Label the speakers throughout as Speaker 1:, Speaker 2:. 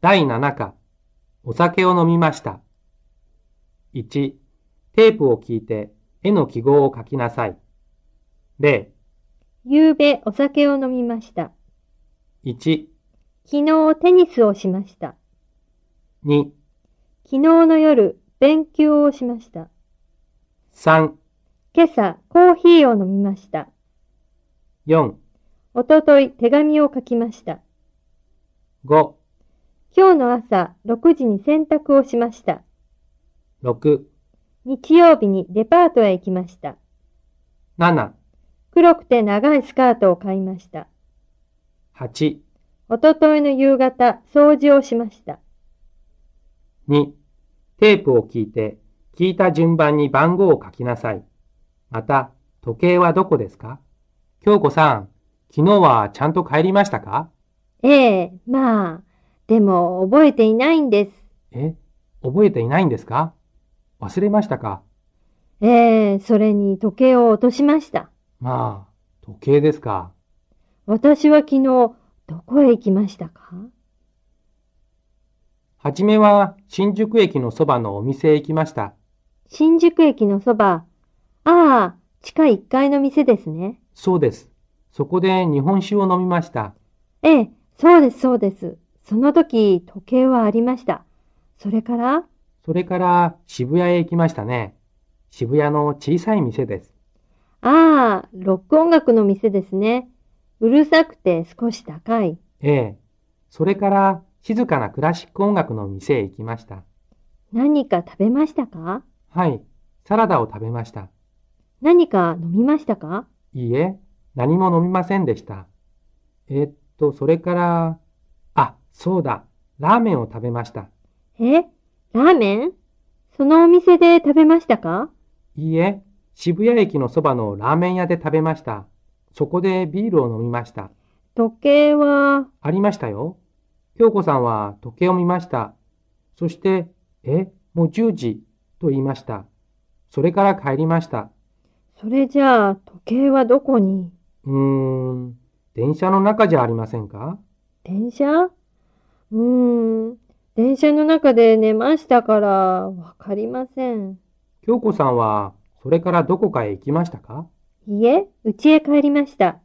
Speaker 1: 第7課、お酒を飲みました。1、テープを聞いて絵の記号を書きなさい。0、
Speaker 2: ゆうべお酒を飲みました。
Speaker 1: 1、
Speaker 2: 昨日テニスをしました。
Speaker 1: 2、
Speaker 2: 昨日の夜、勉強をしました。
Speaker 1: 3、
Speaker 2: 今朝、コーヒーを飲みました。
Speaker 1: 4、
Speaker 2: おととい、手紙を書きました。
Speaker 1: 5、
Speaker 2: 今日の朝、6時に洗濯をしました。
Speaker 1: 6、
Speaker 2: 日曜日にデパートへ行きました。
Speaker 1: 7、
Speaker 2: 黒くて長いスカートを買いました。
Speaker 1: 8、
Speaker 2: おとといの夕方、掃除をしました。
Speaker 1: 2、テープを聞いて聞いた順番に番号を書きなさい。また、時計はどこですか京子さん、昨日はちゃんと帰りましたか
Speaker 2: ええ、まあ、でも覚えていないんです。
Speaker 1: え、覚えていないんですか忘れましたか
Speaker 2: ええ、それに時計を落としました。
Speaker 1: まあ、時計ですか。
Speaker 2: 私は昨日、どこへ行きましたか
Speaker 1: はじめは新宿駅のそばのお店へ行きました。
Speaker 2: 新宿駅のそば。ああ、地下1階の店ですね。
Speaker 1: そうです。そこで日本酒を飲みました。
Speaker 2: ええ、そうです、そうです。その時、時計はありました。それから、
Speaker 1: それから渋谷へ行きましたね。渋谷の小さい店です。
Speaker 2: ああ、ロック音楽の店ですね。うるさくて少し高い。
Speaker 1: ええ。それから静かなクラシック音楽の店へ行きました。
Speaker 2: 何か食べましたか
Speaker 1: はい。サラダを食べました。
Speaker 2: 何か飲みましたか
Speaker 1: いいえ、何も飲みませんでした。えーっと、それから、あ、そうだ、ラーメンを食べました。
Speaker 2: えラーメンそのお店で食べましたか
Speaker 1: いいえ、渋谷駅のそばのラーメン屋で食べました。そこでビールを飲みました。
Speaker 2: 時計は、
Speaker 1: ありましたよ。京子さんは時計を見ました。そして、え、もう10時と言いました。それから帰りました。
Speaker 2: それじゃあ、時計はどこに
Speaker 1: うーん、電車の中じゃありませんか
Speaker 2: 電車うーん、電車の中で寝ましたから、わかりません。
Speaker 1: 京子さんはそれからどこかへ行きましたか
Speaker 2: いいえ、家へ帰りました。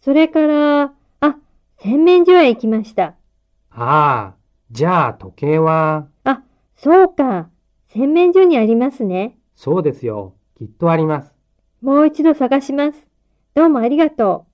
Speaker 2: それから、あ、洗面所へ行きました。
Speaker 1: ああ、じゃあ時計は、
Speaker 2: そうか、洗面所にありますね。
Speaker 1: そうですよ。きっとあります。
Speaker 2: もう一度探します。どうもありがとう。